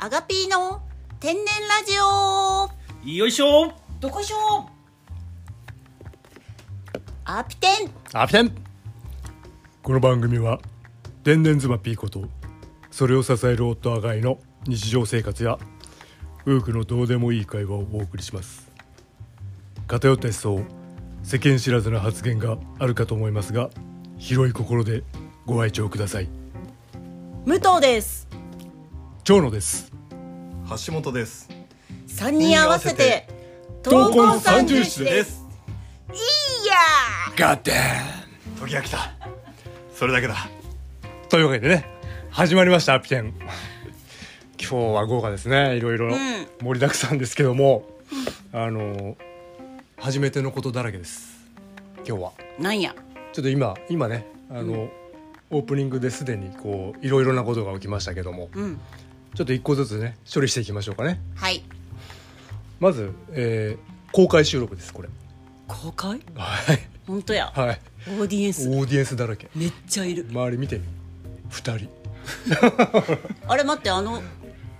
アガピーの天然ラジオよいしょどこしょアピテンアピテンこの番組は天然妻ピーコとそれを支える夫アガイの日常生活やウークのどうでもいい会話をお送りします偏った思想世間知らずな発言があるかと思いますが広い心でご愛聴ください武藤です長野です橋本です。 3人合わせて闘魂三重重士士でですすいやガッテン時が来た。それだけだ。というわけでね始まりましたアピ テン今日は豪華ですねいろいろ盛りだくさんですけども、あの初めてのことだらけです今日はーなんやちょっと今今ねあの、オープニングですでにこういろいろなことが起きましたけども、うんちょっと一個ずつね処理していきましょうかねはいまず、えー公開収録ですこれ公開はい本当やはいオーディエンオスーディエンスだらけめっちゃいる周り見てみ2人あれ待ってあの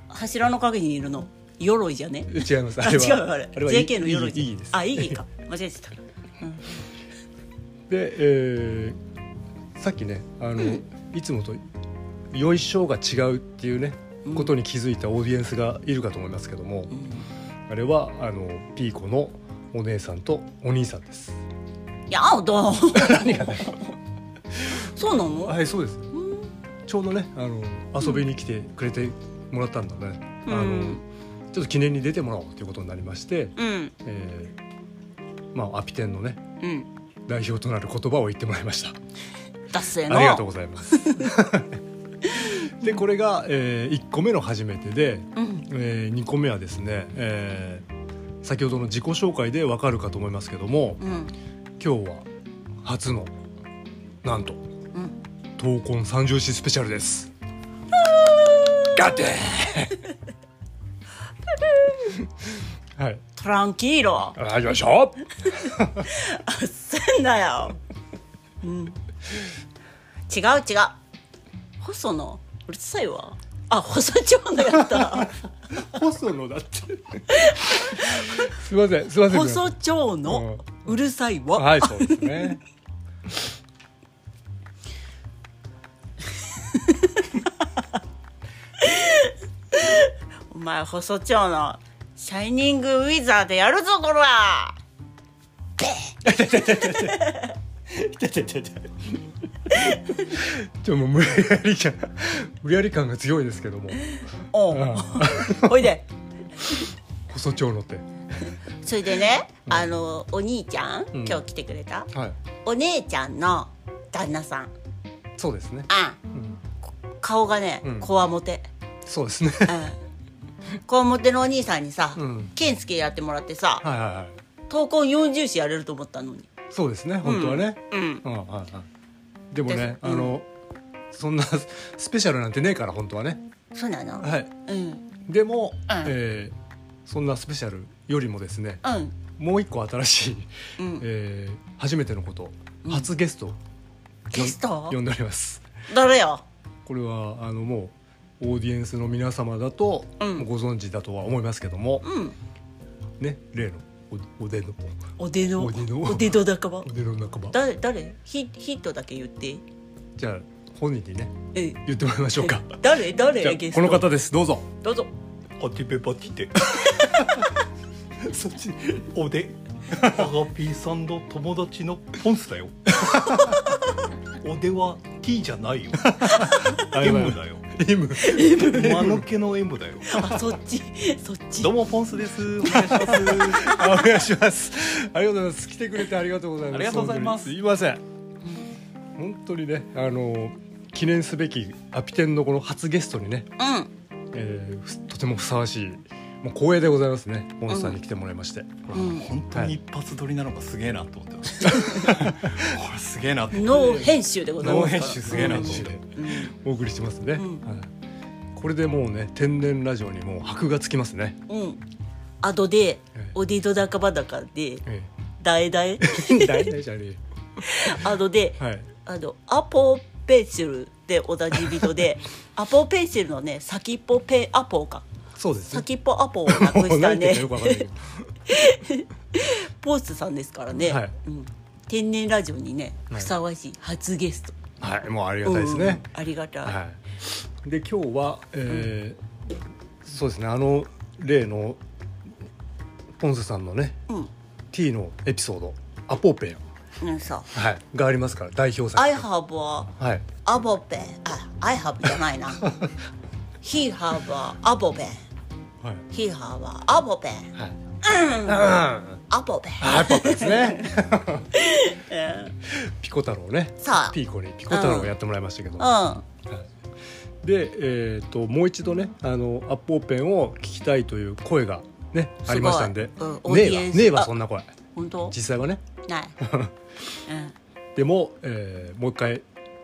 柱の陰にいるの鎧じゃね違いますああ違れうはあれは JK の鎧いいいいですあいいか間違えてたで、えーさっきねあの、いつもと「よいしょ」が違うっていうね、ことに気づいたオーディエンスがいるかと思いますけども、あれはあのピーコのお姉さんとお兄さんです。やだそうなのはいそうです、ちょうどねあの遊びに来てくれてもらったんだね、うんあのちょっと記念に出てもらおうということになりまして、うんえーまあアピテンのねうん代表となる言葉を言ってもらいました。ダッセーのありがとうござ います。でこれが、え1個目の初めてで、うんえ2個目はですね、えー先ほどの自己紹介でわかるかと思いますけどもうん今日は初のなんとうん「闘魂三重詩スペシャル」です。ガテンはい、トランキーロ始めましょう せんなよ、うん、違う違う細野うるさいわあ細長野や った細野だって すいませんすいません細長野うるさいわ、はいそうですねお前細長野シャイニングウィザーでやるぞこらちょもう無理やり感 無理やり感が強いですけどもおう おいで細長のってそれでね、あのお兄ちゃん、ん今日来てくれたはいお姉ちゃんの旦那さんそうですねあん、こ顔がねうんこわもてそうですねうんこわもてのお兄さんにさ、うん健介やってもらってさ、 はいはいはい闘魂40子やれると思ったのにそうですね本当はね、うんうんはいはいでもですね、あのそんなスペシャルなんてねえから本当はねそうなの、はいうんでも、んえーそんなスペシャルよりもですねうんもう一個新しい、うんえー初めてのこと初ゲストをゲスト呼んでおります誰よこれはあのもうオーディエンスの皆様だと、うんご存知だとは思いますけども、うんね例のおおでのおでのおでのおでどだかばおでの仲間誰誰ヒヒットだけ言ってじゃあ本人にねえ言ってもらいましょうか誰じゃあ誰ゲストこの方ですどうぞどうぞパティペパティテ。そっち。おで。アガピーさんの友達のポンス だよ。おでは T じゃない よ。M だよ。 M 間抜けの M だよ。あそっ ちそっちどうもポンスです。お願いし ます。あお願いしますありがとうございます来てくれてありがとうございますありがとうございます本当にすいません本当にねあの記念すべきアピテンのこの初ゲストにね、うんえーふとてもふさわしいもう光栄でございますねモンスターに来てもらいまして、本当に一発撮りなのがすげえなと思ってます。これすげえなって。ノー編集でございノまーすから編集すげえなと思って。お送りしてますね、はいこれでもうね天然ラジオにもう箔がつきますね、うんアドでえおでどだかばだかでえだえだえ え、大体じゃねえよアドではいあのアポペンシルでおなじみの でアポペンシルのね先っぽペンアポかそうですね先っぽアポをなくした何言ねってんかよくわ かんないけどポーズさんですからね、はいうん、天然ラジオにねはいふさわしい初ゲスト、はいもうありがたいですねうん、ありがたい、はい、で今日は、えーそうですねあの例のポンスさんのね、ん T のエピソード「アポペンうんさ」はい、がありますから代表「I 作 have a はい、アボペン」あ「I have」じゃ ないな「He have a アボペン」はい「He have a アボペン」はい「アボペン」アポペンで すねピコ太郎ねさあピーコにピコ太郎をやってもらいましたけど、うんで、えー、ともう一度ねあのアポペンを聞きたいという声がねすごいありましたんで、うんオーねデえィわエンスねえわあそんな声本当実際はね ない、うん、でも、えーもう一回、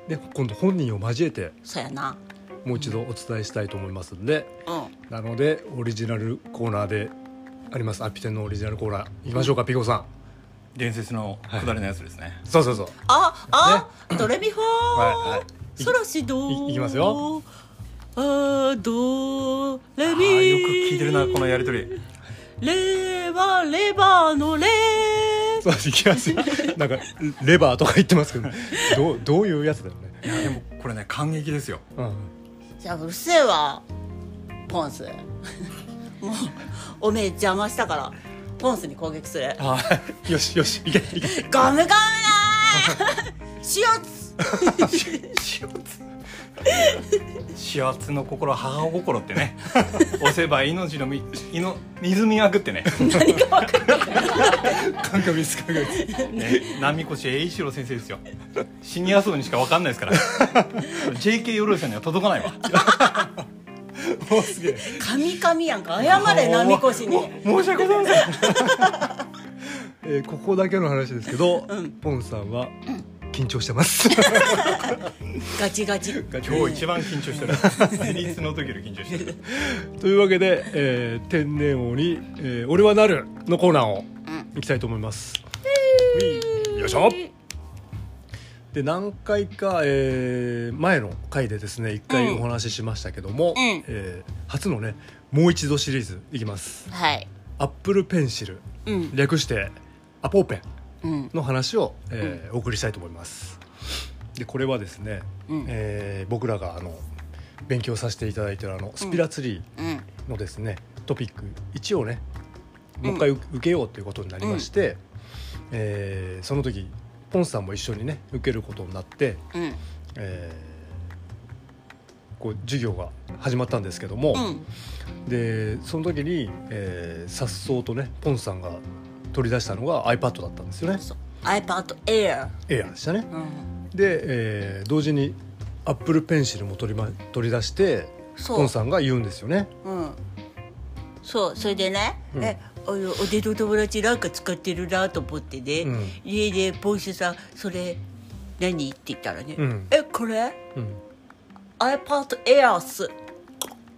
ね、今度本人を交えてそうやなもう一度お伝えしたいと思いますんで、うんなのでオリジナルコーナーでありますアピテンのオリジナルコーナー行きましょうか、ピコさ伝説のくだりのやつですねんそうそうそうああ、ドレミファー、、はいはいそらしどーいいきますよあーどーレあミーよく聞いてるなこのやりとりレーバーレバーのレーそう行きますよなんかレバーとか言ってますけどどうどういうやつだよいね、やでもこれね感激ですようん、じゃあうるせえわポンス もうおめえ邪魔したからポンスに攻撃するあーよしよしいけいけゴムゴムだ ー塩つ始圧の心母心っ てね押せば命のみいの水みがくってね感覚です感覚ですね波越栄一郎先生ですよシニア層にしか分かんないですから JK ヨロイさんには届かないわもうすげえカミカミやんか謝れ波越に申し訳ございませんえーここだけの話ですけど、ポンさんは緊張してます ガチガチ今日一番緊張してるリリースの時より緊張してるというわけで、えー天然王に、えー俺はなる」のコーナーをいきたいと思います、ういよいしょで何回か、えー前の回でですね1回お話ししましたけども、えー初のねもう一度シリーズいきますはいアップルペンシル、うん略してアポーペンうんの話を、えーお送りしたいと思いますでこれはですね、うんえー僕らがあの勉強させていただいてるあのスピラツリうー、んのですねトピック一応ねもう一回う受けようということになりまして、えーその時ポンさんも一緒にね受けることになって、うんえーこう授業が始まったんですけども、うんでその時に、えー、颯爽とねポンさんが取り出したのが iPad だったんですよねそう iPad Air エアでしたね。うんで、えー同時に Apple Pencil も取り,、ま、取り出してそうポンさんが言うんですよね。うん、そうそれでね、うんえおおでの友達なんか使ってるなと思ってね、うん家でポンセさん「それ何?」って言ったらね「うんえこれうん、 iPad Air っす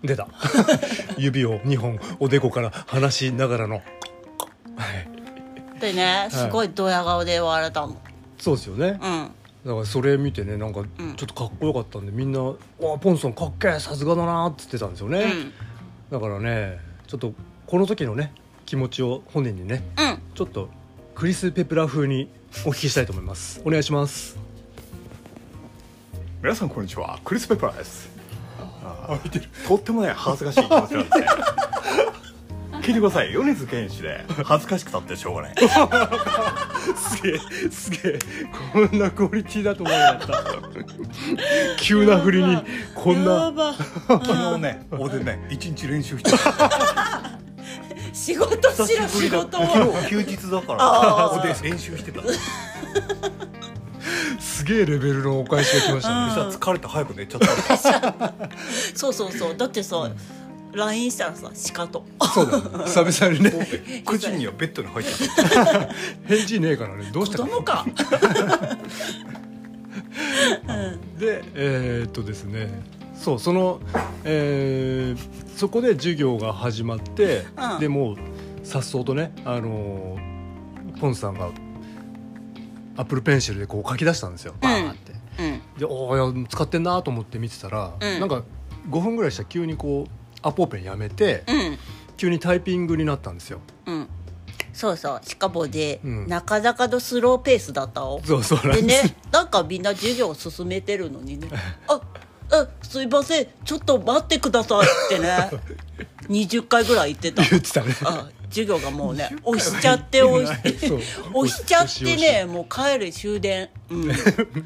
出 た指を2本おでこから離しながらのはい」ってねすごいドヤ顔で笑ったもん、そうですよねうんだからそれ見てねなんかんちょっとかっこよかったんでみんな「わあポンさんかっけえさすがだな」っつってたんですよね、うんだからねちょっとこの時のね気持ちを本人にねうんちょっとクリス・ペプラー風にお聞きしたいと思いますお願いします皆さんこんにちはクリス・ペプラーですあーとってもね恥ずかしい気持ちなんですね聞いてください米津玄師で恥ずかしくたってしょうがないすげえすげえこんなクオリティだと思わなかった 急な振りにこんやなば昨日ね俺ね一日練習してた仕事しろ久しぶり仕だ事昨日休日だから俺練習してたすげえレベルのお返しが来ましたねそしたら疲れて早く寝ちゃったそうそうそうだってさ、LINE したらさ「しかと」そうだ、ね、久々にね9時にはベッドに入ってた 返事ねえからねどうし子たか供 かでえーっとですねそうその、えーそこで授業が始まって、うんでもうさっそうとねあのーポンさんがアップルペンシルでこう書き出したんですよバーンって、うんでおーいや使ってんなと思って見てたら、うんなんか5分ぐらいしたら急にこうアポーペンやめて、うん急にタイピングになったんですようんそうそうしかもで、うんなかなかのスローペースだったおそうそうでなんねなんかみんな授業を進めてるの にね「ああすいませんちょっと待ってください」って ね20回ぐらい言ってた言ってたねあ授業がもうね押しちゃって押し言って ないてそう 押しちゃって押し押ねもう帰る終電、うん、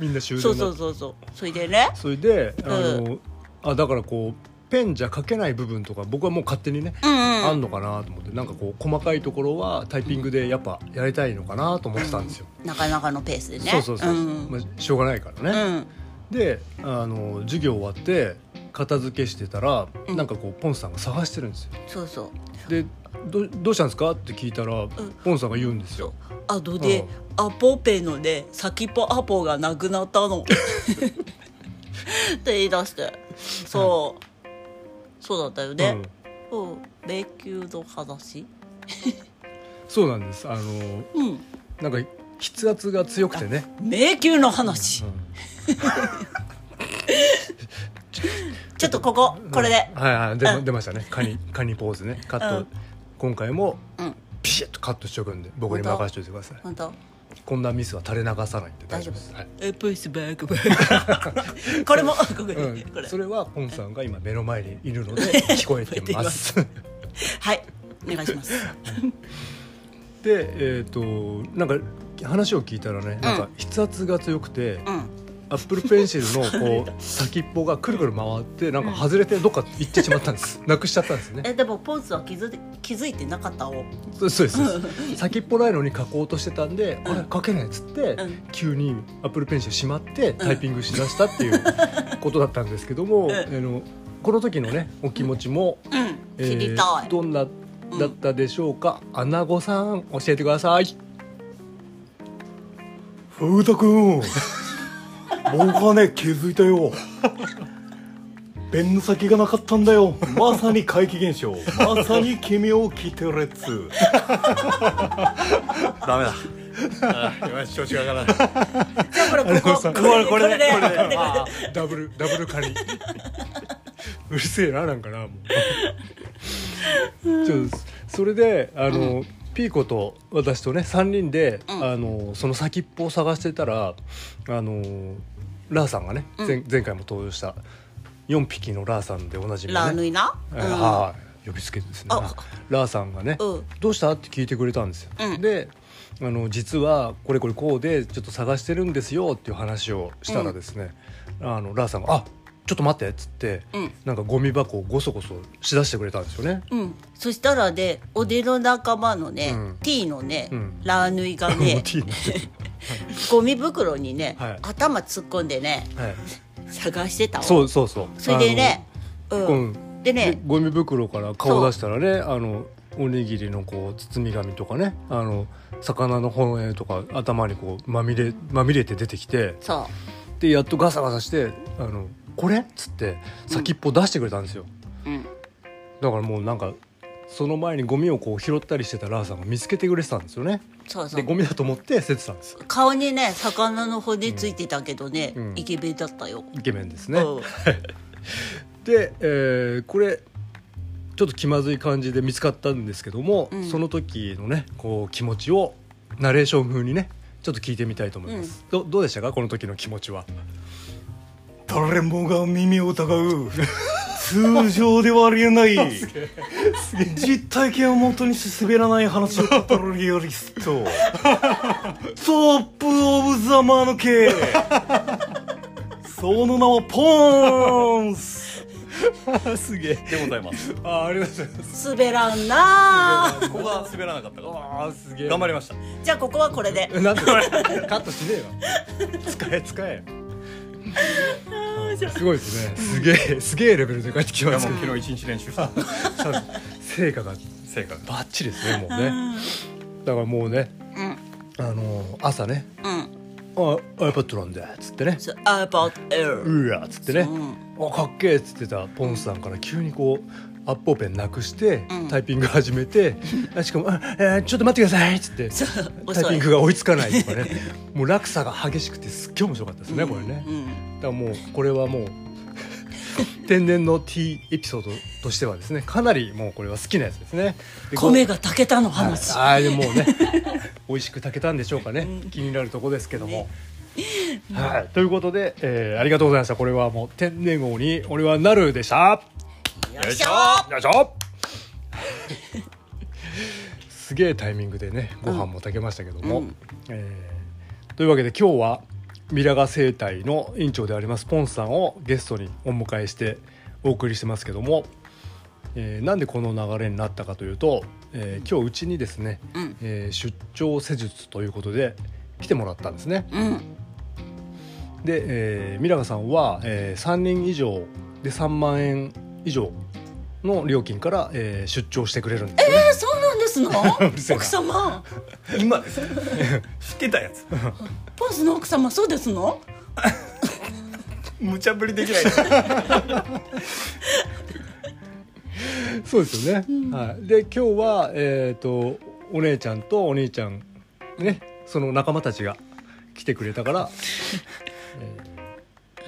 みんな 終そ電だうそうそうそうそれでねそれであの、うあだからこうペンじゃ書けない部分とか僕はもう勝手にね、うんうんあんのかなと思ってなんかこう細かいところはタイピングでやっぱやりたいのかなと思ってたんですよ、なかなかのペースでねそうそうそう、んまあ、しょうがないからうね、んであの授業終わって片付けしてたら、うんなんかこうポンさんが探してるんですよそうそうでどどうしたんですかって聞いたら、ポンさんが言うんですよあとで、うんアポペのね先っぽアポがなくなった のって言い出してそう、そうだったよねうんうん、迷宮の話そうなんですあのうんなんか筆圧が強くてね、迷宮の話、 ちょっとこここれで、はいはい、でうん出ましたねカニ カニポーズねカット、うん今回もうんピシッとカットしとくんで僕に任せといてください本当こんなミスは垂れ流さないんで大丈夫ですはいえプイスバークバ ークこれもここに、うん これそれはポンさんが今目の前にい るので聞こえてますはいお願いします でえっ、となんか話を聞いたらね、なんか筆圧が強くて、うんアップルペンシルのこう先っぽがくるくる回ってなんか外れてどっか行ってしまったんです、なくしちゃったんですねえでもポンズは気づい気づいてなかったをそうそうですそうです先っぽないのに書こうとしてたんで、あれ書けないっつって、ん急にアップルペンシルしまってタイピングしだしたっていうことだったんですけども、あのこの時のねお気持ちも、うんえー知りたい、どんなだったでしょうか、アナゴさん教えてください風太くん僕はね気づいたよペンの先がなかったんだよまさに怪奇現象まさに君を聞いてるやつ ダメだあよし調子が上がらないじゃあこれこここれこれでこれこれであダブルダブルカニ うるせえななんかなもうちょっとそれであの、ピーコと私とね3人で、んあのその先っぽを探してたらあのラーさんがね、前前回も登場した4匹のラーさんでおなじみのラーヌねイナえうんーはい呼びつけてですねあラーさんがね、うんどうした?」って聞いてくれたんですよ。うんであの実はこれこれこうでちょっと探してるんですよっていう話をしたらですね、あのラーさんが「あちょっと待って」っつって、うんなんかゴミ箱をごそごそしだしてくれたんですよね。うん、そしたらねおでの仲間のね、うん T のね、うんラーヌイがもう ね T に なってるゴミ袋にね、はい頭突っ込んでねはい、探してたわそうそうそうそれでね、うあんのうんででねゴミ袋から顔出したらねあのおにぎりのこう包み紙とかねあの魚の骨とか頭にこうまみれまみれて出てきてそうでやっとガサガサして「あのこれ?」っつって先っぽ出してくれたんですよ、うんだからもうなんかその前にゴミをこう拾ったりしてたラーさんが見つけてくれてたんですよねそうそでうゴミだと思って捨ててたんです顔にね魚の骨ついてたけどね、うんイケメンだったよ、イケメンですね、うんで、えーこれちょっと気まずい感じで見つかったんですけども、うんその時のねこう気持ちをナレーション風にねちょっと聞いてみたいと思います、どどうでしたかこの時の気持ちは誰もが耳を疑う通常ではありえない実体験をもとにして滑らない話を語るリアリストトップ・オブ・ザ・マヌケその名はポーンスすげえでございますああありがとうございます滑らんなあここが滑らなかったかああすげえら頑張りましたじゃあここはこれでなんでカットしねえわ使え使えすごいですねすげえすげえレベルで帰ってきましたけど昨日一日練習した成果が成果がバッチリですねもうねだからもうねうんあの朝ねうん「あ iPad なんだ」っつってねそう iPod Air 「うわ」っつってねう「あかっけえ」っつってたポンスさんから急にこう発泡ペンなくして、うんタイピング始めてあしかもあ「えーちょっと待ってください」っつってそうタ 遅いイピングが追いつかない とかねもう落差が激しくてすっげえ面白かったですね、これね。うんだからもうこれはもう天然の T エピソードとしてはですねかなりもうこれは好きなやつですねで米ごが炊けたの話ああでももうね 美味しく炊けたんでしょうかね、気になるとこですけども、はいということで、えーありがとうございましたこれはもう天然王に俺はなるでしたよいしょよいしょ すげえタイミングでねご飯も炊けましたけども、うんえーというわけで今日はミラガ生態の院長でありますポンさんをゲストにお迎えしてお送りしてますけども、えーなんでこの流れになったかというと、えー今日うちにですね、うんえー出張施術ということで来てもらったんですね。うんで、えーミラガさんは、え3人以上で3万円以上の料金から、えー出張してくれるんですよね、えそうなんです のるせえな奥様今です知ってたやつポンスの奥様そうですの無茶ぶりできないそうですよね、はい、で今日は、えー、とお姉ちゃんとお兄ちゃんねその仲間たちが来てくれ たから、えー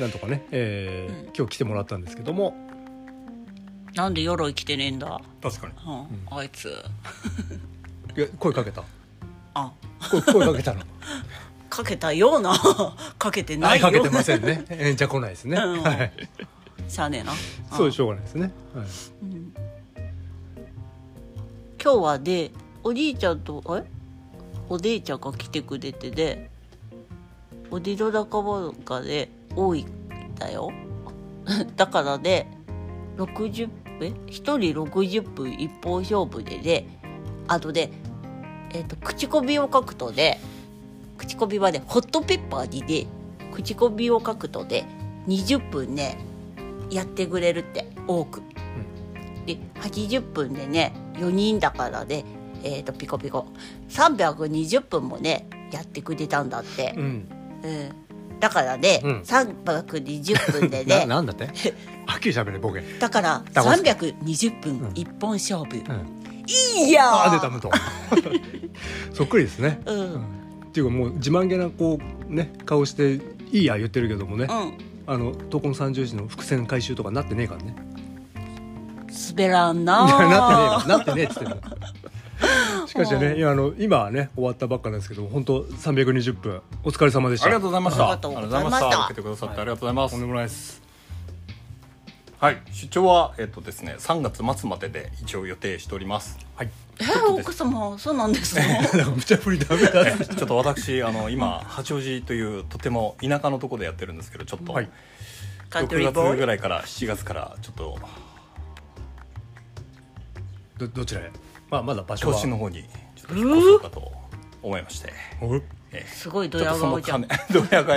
なんとかね、えー今日来てもらったんですけどもなんで鎧着てねえんだ、確かにうんあいついや声かけたあ声声かけたのかけたような かけて ないよかうけな てませんねえーじゃあ来ないですね、うんはいしゃあねえなそうでんしょうがないですね、はい今日はでおじいちゃんとえおでいちゃんが来てくれてでおじの仲間がで多いんだよ だからで60え1人60分一本勝負でであとでえっ、と口コミを書くとで口コミはねホットペッパーにで口コミを書くとで20分ねやってくれるって多く。で80分でね4人だからで、えー、とピコピコ320分もねやってくれたんだって、うんうんだからね、うん320分でなねなんだって はっきり喋れボケ、だからだから320分一本勝負、うん、いいやああ出た無糖 そっくりですね、うんう、っていうかもう自慢げなこうね顔していいや言ってるけどもね、うん、あの闘魂三重士の伏線回収とかなってねえからね滑らんな なってねえからなってねえっつってんだしかしねいやあの今はね終わったばっかなんですけど本当320分お疲れ様でしあたりがとうございましたありがとうございましたありがとうござ受けてくださってありがとうございますとんでもないですはい出張はえっとですね3月末までで一応予定しておりますはいえー奥様そうなんですか なんか無茶ぶりダメだえちょっと私あの今八王子というとても田舎のところでやってるんですけどちょっと、はいカントリー6ボ月ーぐイらいから7月からちょっとどどちらへまあまだ場所調は子の方にちょっと引っ越そうかと思いまして、おえすごいドちょっヤとそ顔のじゃん金ドヤ顔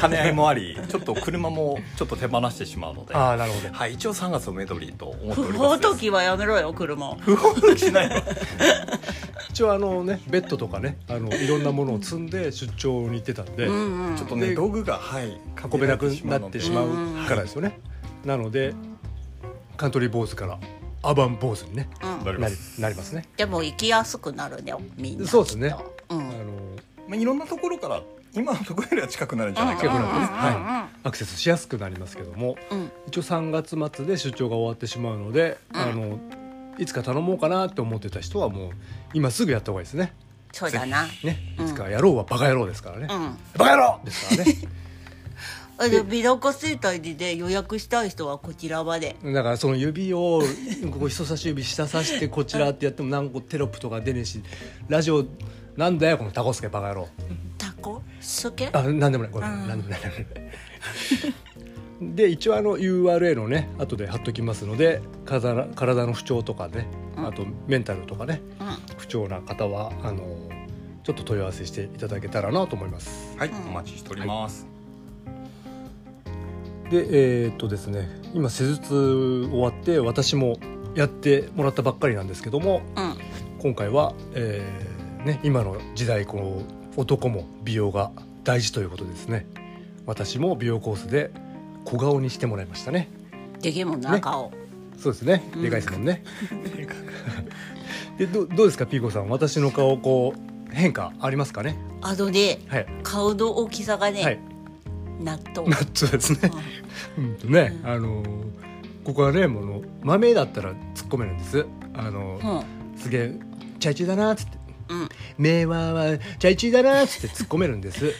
兼ね合いもありちょっと車もちょっと手放してしまうのでああなるほどはい、一応3月をめどりと思って不おりま法す投棄はやめろよ車不法投棄しないわ一応あのねベッドとかねあのいろんなものを積んで出張に行ってたんで、うんうんちょっとねで道具がはい運べなくなってしまううんからですよね、なのでカントリー坊主からアバン坊主にねうんなりなまりすなりますねでも行きやすくなるねみんなそうですねきっとうあんのまあ、いろんなところから今のところよりは近くなるんじゃないか近なくとな思いるんです、ます、はいはい、アクセスしやすくなりますけどもうん一応3月末で出張が終わってしまうので、あのいつか頼もうかなって思ってた人はもう今すぐやった方がいいですねそうだなねいつかやろうはバカ野郎ですからね、うんバカ野郎ですからねあの美濃子生態で、ね、予約したい人はこちらまでだからその指をここ人差し指下さしてこちらってやっても何個テロップとか出ねえしラジオなんだよこのタコスケバカ野郎タコスケあなんでもないごめんなんでもないなんでもないで一応あの URL をね後で貼っときますので体の体の不調とかね、あとメンタルとかね、不調な方はあのちょっと問い合わせしていただけたらなと思いますはい、お待ちしております、でえーっとですね今施術終わって私もやってもらったばっかりなんですけどもうん今回は、えーね、今の時代こう男も美容が大事ということですね私も美容コースで小顔にしてもらいましたねでげもな顔、そうですねでかいですもんね、でどどうですかピーコさん私の顔こう変化ありますかねあのねはい、顔の大きさがね、はい 納豆納豆ですねうんとね、あのーここはねもうあの豆だったら突っ込めるんですあのうーん、すげえ茶中だなっつってうん「名はは茶中だな」っつって突っ込めるんです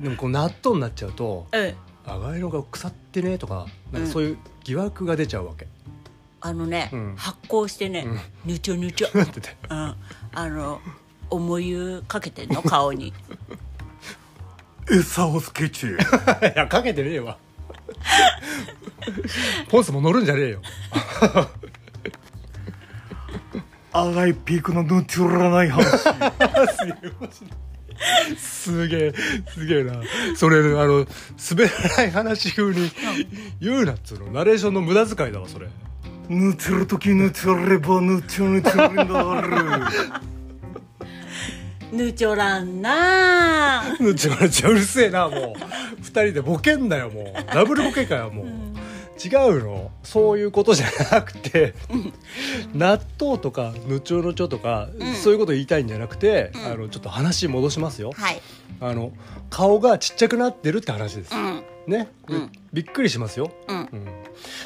でもこう納豆になっちゃうとうん、 「あがいのが腐ってね」とかなんかそういう疑惑が出ちゃうわけ、 あのね、うん発酵してね、ぬちょぬちょ、なっててうん、あの思い湯かけて んの顔に餌をスケッチいやかけてねえわ ポンスも乗るんじゃねえよ荒いピークのぬちゅらない話すげえすげえなそれあの滑らない話風に言うなっつうのナレーションの無駄遣いだわそれぬちゅる時ぬちゅればぬちゅぬちゅるんだぬちょらんなあぬちゃぬち ゃうるせえなもう二人でボケんなよもうダブルボケかよもう、違うのそういうことじゃなくて、納豆とかぬちょのちょとか、そういうこと言いたいんじゃなくて、あのちょっと話戻しますよ、はいあの顔がちっちゃくなってるって話です、うんね、うんびっくりしますよ、うんうん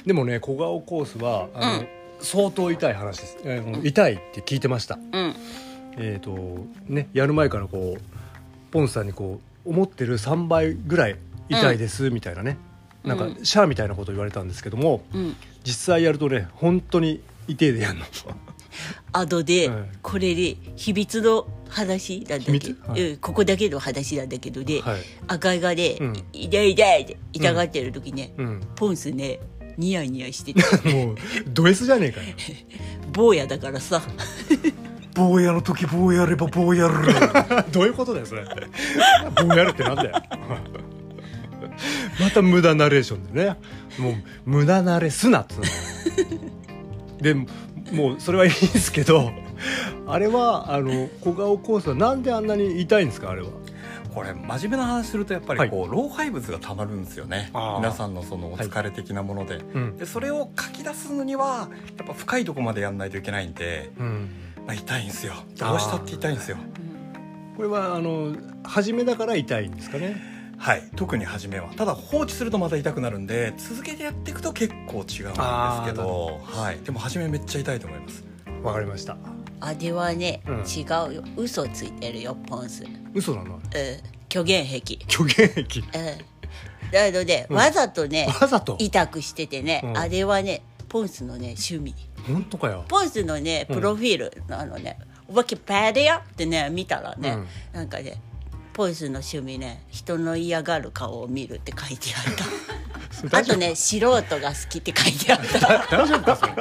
でもね小顔コースはあの、うん相当痛い話です、えーもう痛いって聞いてましたうんえーとね、やる前からこうポンさんにこう思ってる3倍ぐらい痛いですみたいなね、なんかシャーみたいなこと言われたんですけども、うん実際やるとね本当に痛いで やんのあとで、はいこれで秘密の話なんだ秘け密ど、はいうんここだけの話なんだけどね、はい赤いがね、うん痛い痛いって痛がってる時ね、 うんポンスねニヤニヤしててもうド S じゃねえかよ坊やだからさ坊やの時坊やれば坊やる どういうことだよそれぼうやるってなんだよまた無駄ナレーションでねもう無駄なれすなっつうのでもうそれはいいんですけどあれはあの小顔コースはなんであんなに痛いんですかあれは これ真面目な話するとやっぱりこう、老廃物がたまるんですよねあー皆さんのそのお疲れ的なもので,、うんでそれを書き出すのにはやっぱ深いとこまでやんないといけないんで、うんまあ、痛いんですよどうしたって痛いんですよこれはあの初めだから痛いんですかねはい特に初めはただ放置するとまた痛くなるんで続けてやっていくと結構違うんですけどあーなるはい、でも初めめっちゃ痛いと思いますわかりましたあれはね、うん違うよ嘘ついてるよポンス、うん、嘘なのあれ虚言癖虚言癖うんだけどね、わざとねわざと痛くしててね、うんあれはねポンスのね趣味本当かよポンスのねプロフィールのあのね、お化けパーでよってね見たらね、なんかねポンスの趣味ね人の嫌がる顔を見るって書いて あったあとね素人が好きって書いてあった大丈夫かそれ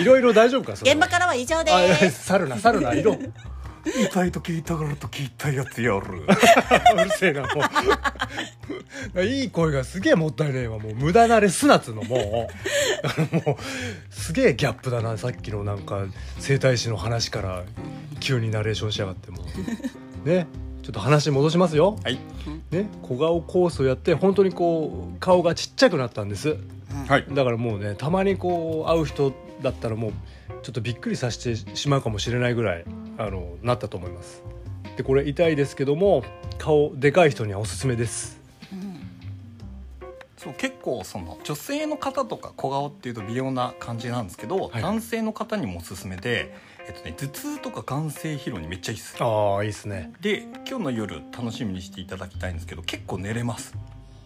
いろいろ大丈夫かそれ現場からは以上であいやーす猿な猿な色痛い時痛がる時痛いやつやるうるせえなもう いい声がすげえもったいねえわもう無駄なれすなっつうのもう あのもうすげえギャップだなさっきのなんか整体師の話から急にナレーションしやがってもうねちょっと話戻しますよ、はい、ね、小顔コースをやって本当にこう顔がちっちゃくなったんですはいだからもうねたまにこう会う人だったらもうちょっとびっくりさせてしまうかもしれないぐらいあのなったと思いますでこれ痛いですけども顔でかい人にはおすすめですそう結構その女性の方とか小顔っていうと微妙な感じなんですけど、はい男性の方にもおすすめで、えっとね、頭痛とか眼性疲労にめっちゃいいですああいいですねで今日の夜楽しみにしていただきたいんですけど結構寝れます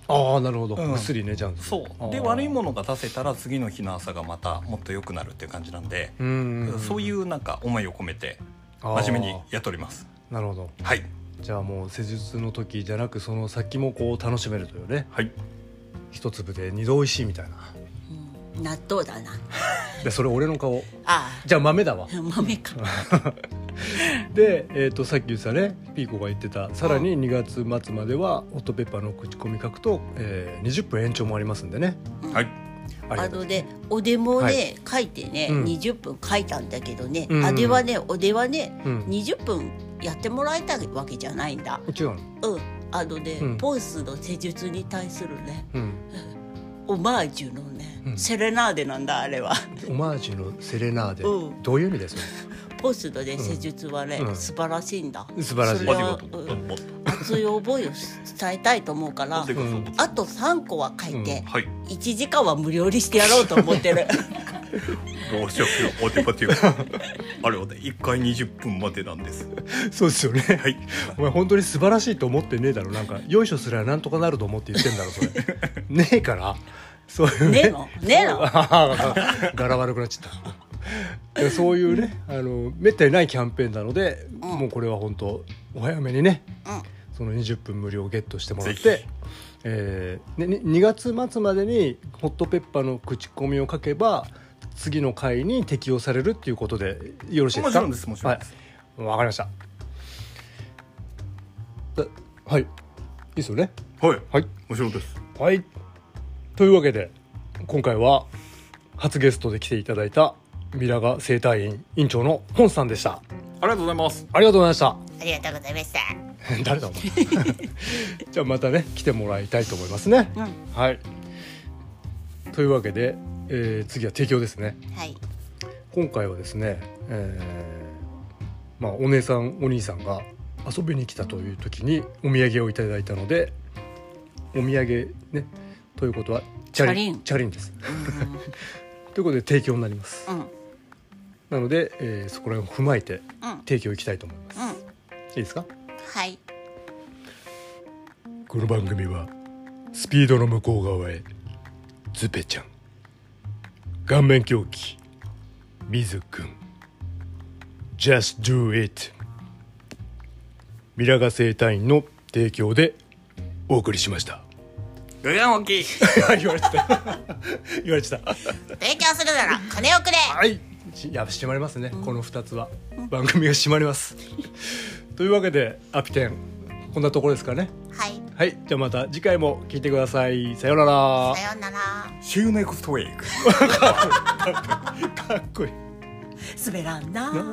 ああなるほど、うんぐっすり寝ちゃうんですそうであー悪いものが出せたら次の日の朝がまたもっと良くなるっていう感じなんで、うんうんうんそういうなんか思いを込めてあー真面目にやっておりますなるほどはいじゃあもう施術の時じゃなくその先もこう楽しめるというねはい一粒で二度おいしいみたいな納豆だなでそれ俺の顔あじゃあ豆だわあ 豆かで、えー、とさっき言ってたねピーコが言ってたさらに2月末まではホットペッパーの口コミ書くと、えー、20分延長もありますんでねはいありあがとうのねおでもね、はい書いてね、うん20分書いたんだけどね、うんあれはねおではね、うん20分やってもらいたいわけじゃないんだ違うの、うんあのね、うんポンスの施術に対するねうん、オマージュのね、セレナーデなんだあれはオマージュのセレナーデ、うんどういう意味ですか ポストで施術はね、うん素晴らしいんだ素晴らしそいれありがはとううどうんも熱い思いを伝えたいと思う からどうもあと3個は書いて、はい一1時間は無料にしてやろうと思ってるどうしようおてばてあれはね一回20分までなんですそうですよねはいお前本当に素晴らしいと思ってねえだろなんかよいしょすりゃなんとかなると思って言ってんだろそ れねえからそういうねえのねえのあ 柄悪くなっちゃったいやそういうねあのめったにないキャンペーンなので、もうこれは本当お早めにね、その20分無料をゲットしてもらっぜてひ、えーね、2月末までにホットペッパーの口コミを書けば次の回に適用されるっていうことでよろしいでもすかちろんですもちろんですはい、わかりましただはいいいですよねはいはいもちろんですはい。というわけで、今回は初ゲストで来ていただいたミラガ生態院院長の本さんでしあた。りがとうございますありがとうございまありがとうございましたした。 誰だお前。 じゃあまたね、来てもらいたいと思いますね。うんはい。というわけで、えー次は提供ですね。はい今回はですね、えーまあ、お姉さんお兄さんが遊びに来たという時にお土産をいただいたのでお土産ねということはチャリンチャリンです。ということで提供になりますう。んうんなので、えーそこら辺を踏まえて提供いきたいと思います。いいですかはいこの番組はスピードの向こう側へズペちゃん顔面狂気みずくん Just Do It ミラガ生態院の提供でお送りしましたグラン大きい 言われてた言われてた提供するなら金をくれはいしや閉まりますね、この2つは番組が閉まります というわけでアピテンこんなところですかねはいはいじゃあまた次回も聞いてくださいさようならさようなら See you next week かっこいい滑らんな。